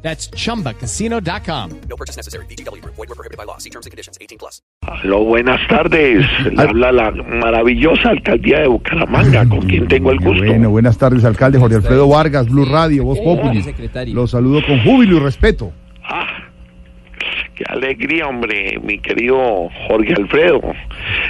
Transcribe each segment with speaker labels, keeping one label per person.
Speaker 1: That's chumbacasino.com.
Speaker 2: No purchase necessary. BGW. Void were prohibited by law. See terms and conditions. 18 plus.
Speaker 3: Aló, buenas tardes. Le habla la maravillosa alcaldía de Bucaramanga, con quien tengo el gusto.
Speaker 4: Mm, Bueno, buenas tardes, alcalde Jorge Alfredo Vargas, Blue Radio, Voz Populi. Los saludo con júbilo y respeto.
Speaker 3: Ah, qué alegría, hombre, mi querido Jorge Alfredo.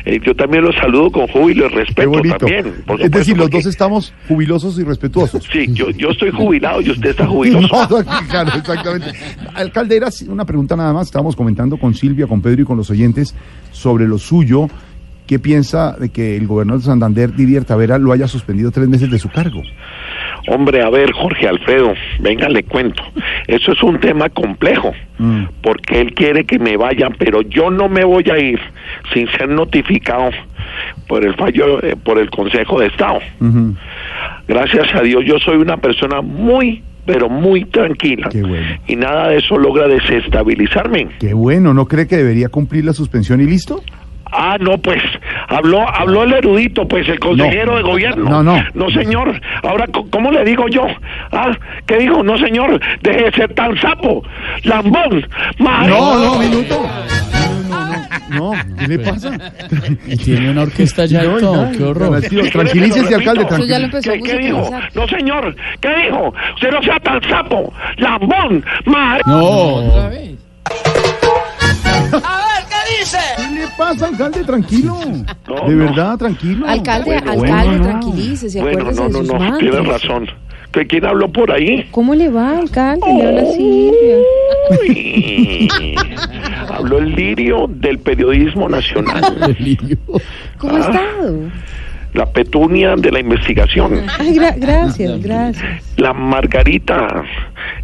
Speaker 3: Eh, yo también los saludo con júbilo y
Speaker 4: Qué
Speaker 3: respeto
Speaker 4: bonito.
Speaker 3: también. por
Speaker 4: es decir,
Speaker 3: supuesto,
Speaker 4: los
Speaker 3: porque-
Speaker 4: dos estamos jubilosos y respetuosos.
Speaker 3: Sí, yo, yo estoy jubilado y usted está
Speaker 4: No,
Speaker 3: jubiloso.
Speaker 4: no, claro, exactamente. Alcalde, era una pregunta nada más. Estábamos comentando con Silvia, con Pedro y con los oyentes sobre lo suyo. ¿Qué piensa de que el gobernador de Santander, Didier Tavera, lo haya suspendido tres meses de su cargo?
Speaker 3: Hombre, a ver, Jorge Alfredo, venga, le cuento. Eso es un tema complejo,
Speaker 4: Mm.
Speaker 3: porque él quiere que me vaya, pero yo no me voy a ir sin ser notificado por el fallo, eh, por el Consejo de Estado. Gracias a Dios, yo soy una persona muy, pero muy tranquila.
Speaker 4: Qué bueno.
Speaker 3: Y nada de eso logra desestabilizarme.
Speaker 4: Qué bueno, ¿no cree que debería cumplir la suspensión y listo?
Speaker 3: Ah, no, pues, habló, habló el erudito, pues, el consejero
Speaker 4: No.
Speaker 3: de gobierno.
Speaker 4: No, no.
Speaker 3: No, señor. Ahora, co- ¿cómo le digo yo? Ah, ¿qué dijo? No, señor, deje de ser tan sapo, lambón, madre.
Speaker 4: No, no, minuto. No, ¿qué le pasa?
Speaker 5: Y tiene una orquesta ya y todo, qué horror.
Speaker 4: Tranquilo, Tranquilícese, alcalde.
Speaker 3: Yo
Speaker 6: ya
Speaker 4: Tranquilo.
Speaker 6: lo empezó
Speaker 3: ¿Qué,
Speaker 6: a
Speaker 3: qué dijo?
Speaker 6: musicalizar.
Speaker 3: No, señor, ¿qué dijo? Usted no sea tan sapo, lambón, madre.
Speaker 5: No,
Speaker 4: ¿Qué le pasa, alcalde? Tranquilo.
Speaker 3: No,
Speaker 4: De
Speaker 3: no.
Speaker 4: verdad, tranquilo.
Speaker 6: Alcalde,
Speaker 3: Bueno,
Speaker 6: alcalde,
Speaker 4: bueno, no.
Speaker 6: tranquilícese,
Speaker 3: Bueno,
Speaker 6: acuérdese
Speaker 3: no, no,
Speaker 6: de sus
Speaker 3: no,
Speaker 6: mantos.
Speaker 3: tienes razón. ¿Que ¿Quién habló por ahí?
Speaker 6: ¿Cómo le va, alcalde? Le habla Silvia.
Speaker 3: Uy. Habló el lirio del periodismo nacional,
Speaker 5: delirio.
Speaker 6: ¿Cómo
Speaker 3: Ah.
Speaker 6: ha estado?
Speaker 3: la petunia de la investigación,
Speaker 6: Ay, gra- gracias, gracias.
Speaker 3: la margarita,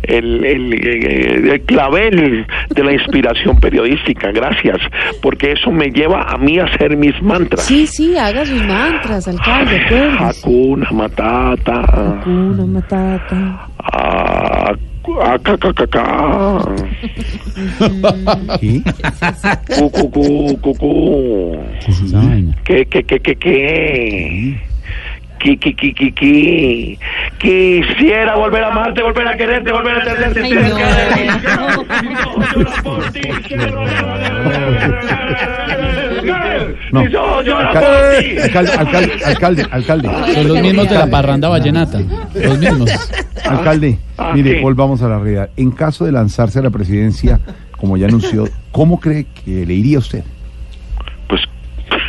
Speaker 3: el, el- eh, el clavel de la inspiración periodística. Gracias, porque eso me lleva a mí a hacer mis mantras.
Speaker 6: Sí, sí, haga sus mantras, alcalde, acuérdese.
Speaker 3: Hakuna Matata.
Speaker 6: Una matata.
Speaker 3: ah, acacacacá,
Speaker 4: ¿Qué?
Speaker 3: cucucú, cucú. ¿Qué, qué, qué, qué, qué? Qui, qui, qui, qui, qui. Quisiera volver a amarte, volver a quererte, volver a entenderte.
Speaker 6: Ay,
Speaker 3: tener
Speaker 6: no.
Speaker 3: que- Llora por ti, quiero-
Speaker 4: No.
Speaker 3: Y yo lloro por ti.
Speaker 4: Alcalde, alcalde, alcalde, alcalde, alcalde,
Speaker 5: Son los mismos de la parranda vallenata. Los mismos.
Speaker 4: alcalde,
Speaker 3: Ah,
Speaker 4: mire,
Speaker 3: sí.
Speaker 4: volvamos a la realidad. En caso de lanzarse a la presidencia, como ya anunció, ¿cómo cree que le iría a usted?
Speaker 3: Pues,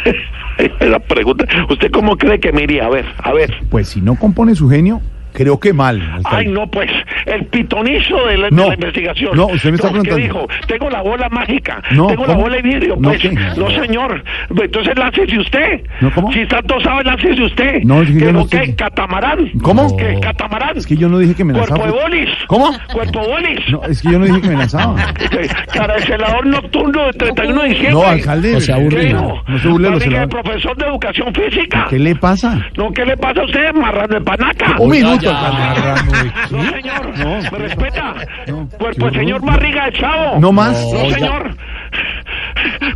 Speaker 3: la pregunta, ¿usted cómo cree que me iría? A ver, a ver.
Speaker 4: Pues si no compone su genio, creo que mal. alcalde.
Speaker 3: Ay, no, pues, el pitonizo de la, de
Speaker 4: No.
Speaker 3: la investigación.
Speaker 4: No, usted me está
Speaker 3: ¿qué
Speaker 4: preguntando.
Speaker 3: dijo? Tengo la bola mágica,
Speaker 4: No,
Speaker 3: tengo la
Speaker 4: ¿cómo?
Speaker 3: bola de vidrio,
Speaker 4: No,
Speaker 3: pues.
Speaker 4: ¿qué?
Speaker 3: No, señor, entonces láncese usted.
Speaker 4: No, ¿cómo?
Speaker 3: Si tanto sabe, láncese usted.
Speaker 4: No, es que
Speaker 3: ¿Qué
Speaker 4: yo no
Speaker 3: dijo,
Speaker 4: sé.
Speaker 3: qué? ¿Catamarán?
Speaker 4: ¿Cómo?
Speaker 3: ¿Qué? ¿Catamarán?
Speaker 4: Es que yo no dije que me lanzaba.
Speaker 3: Cuerpo de bolis.
Speaker 4: ¿Cómo?
Speaker 3: Cuerpo bolis.
Speaker 4: No, es que yo no dije que me lanzaba.
Speaker 3: Eh, Cara de celador nocturno de 31 de diciembre.
Speaker 4: No, alcalde.
Speaker 5: O sea,
Speaker 3: ¿Qué
Speaker 5: aburre,
Speaker 3: dijo?
Speaker 4: No se burle de los
Speaker 3: Amiga de
Speaker 4: celadores.
Speaker 3: profesor de educación física.
Speaker 4: ¿Qué le pasa?
Speaker 3: No, ¿qué le pasa a usted, marrano de panaca?
Speaker 4: Un minuto,
Speaker 5: ya.
Speaker 4: alcalde.
Speaker 3: No, señor. me respeta.
Speaker 4: ¿Mm? No.
Speaker 3: Cuerpo el señor barriga de chavo.
Speaker 4: No más.
Speaker 3: No, señor.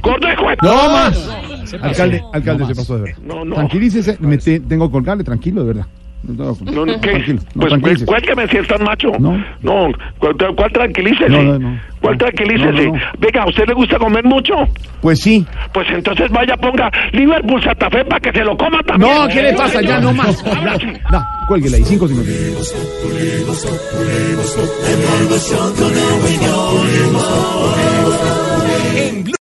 Speaker 3: Gordo de juez.
Speaker 4: No más. Alcalde, alcalde, se pasó de verdad.
Speaker 3: No, no.
Speaker 4: Tranquilícese, me te- tengo que colgarle, tranquilo, de verdad. No,
Speaker 3: No, no, ¿qué?
Speaker 4: Tranquilo, no,
Speaker 3: pues
Speaker 4: tranquilícese.
Speaker 3: cuélgueme si es tan macho.
Speaker 4: No.
Speaker 3: No, ¿cuál, cuál tranquilícese?
Speaker 4: No, no, no.
Speaker 3: ¿Cuál
Speaker 4: No.
Speaker 3: tranquilícese?
Speaker 4: No, no, no.
Speaker 3: Venga, ¿a usted le gusta comer mucho?
Speaker 4: Pues sí.
Speaker 3: Pues entonces vaya, ponga Liverpool Santa Fe para que se lo coma también.
Speaker 4: No, ¿qué le pasa? Ya,
Speaker 3: señor.
Speaker 4: no más.
Speaker 3: Ahora sí.
Speaker 4: No, cuélguela ahí, cinco segundos.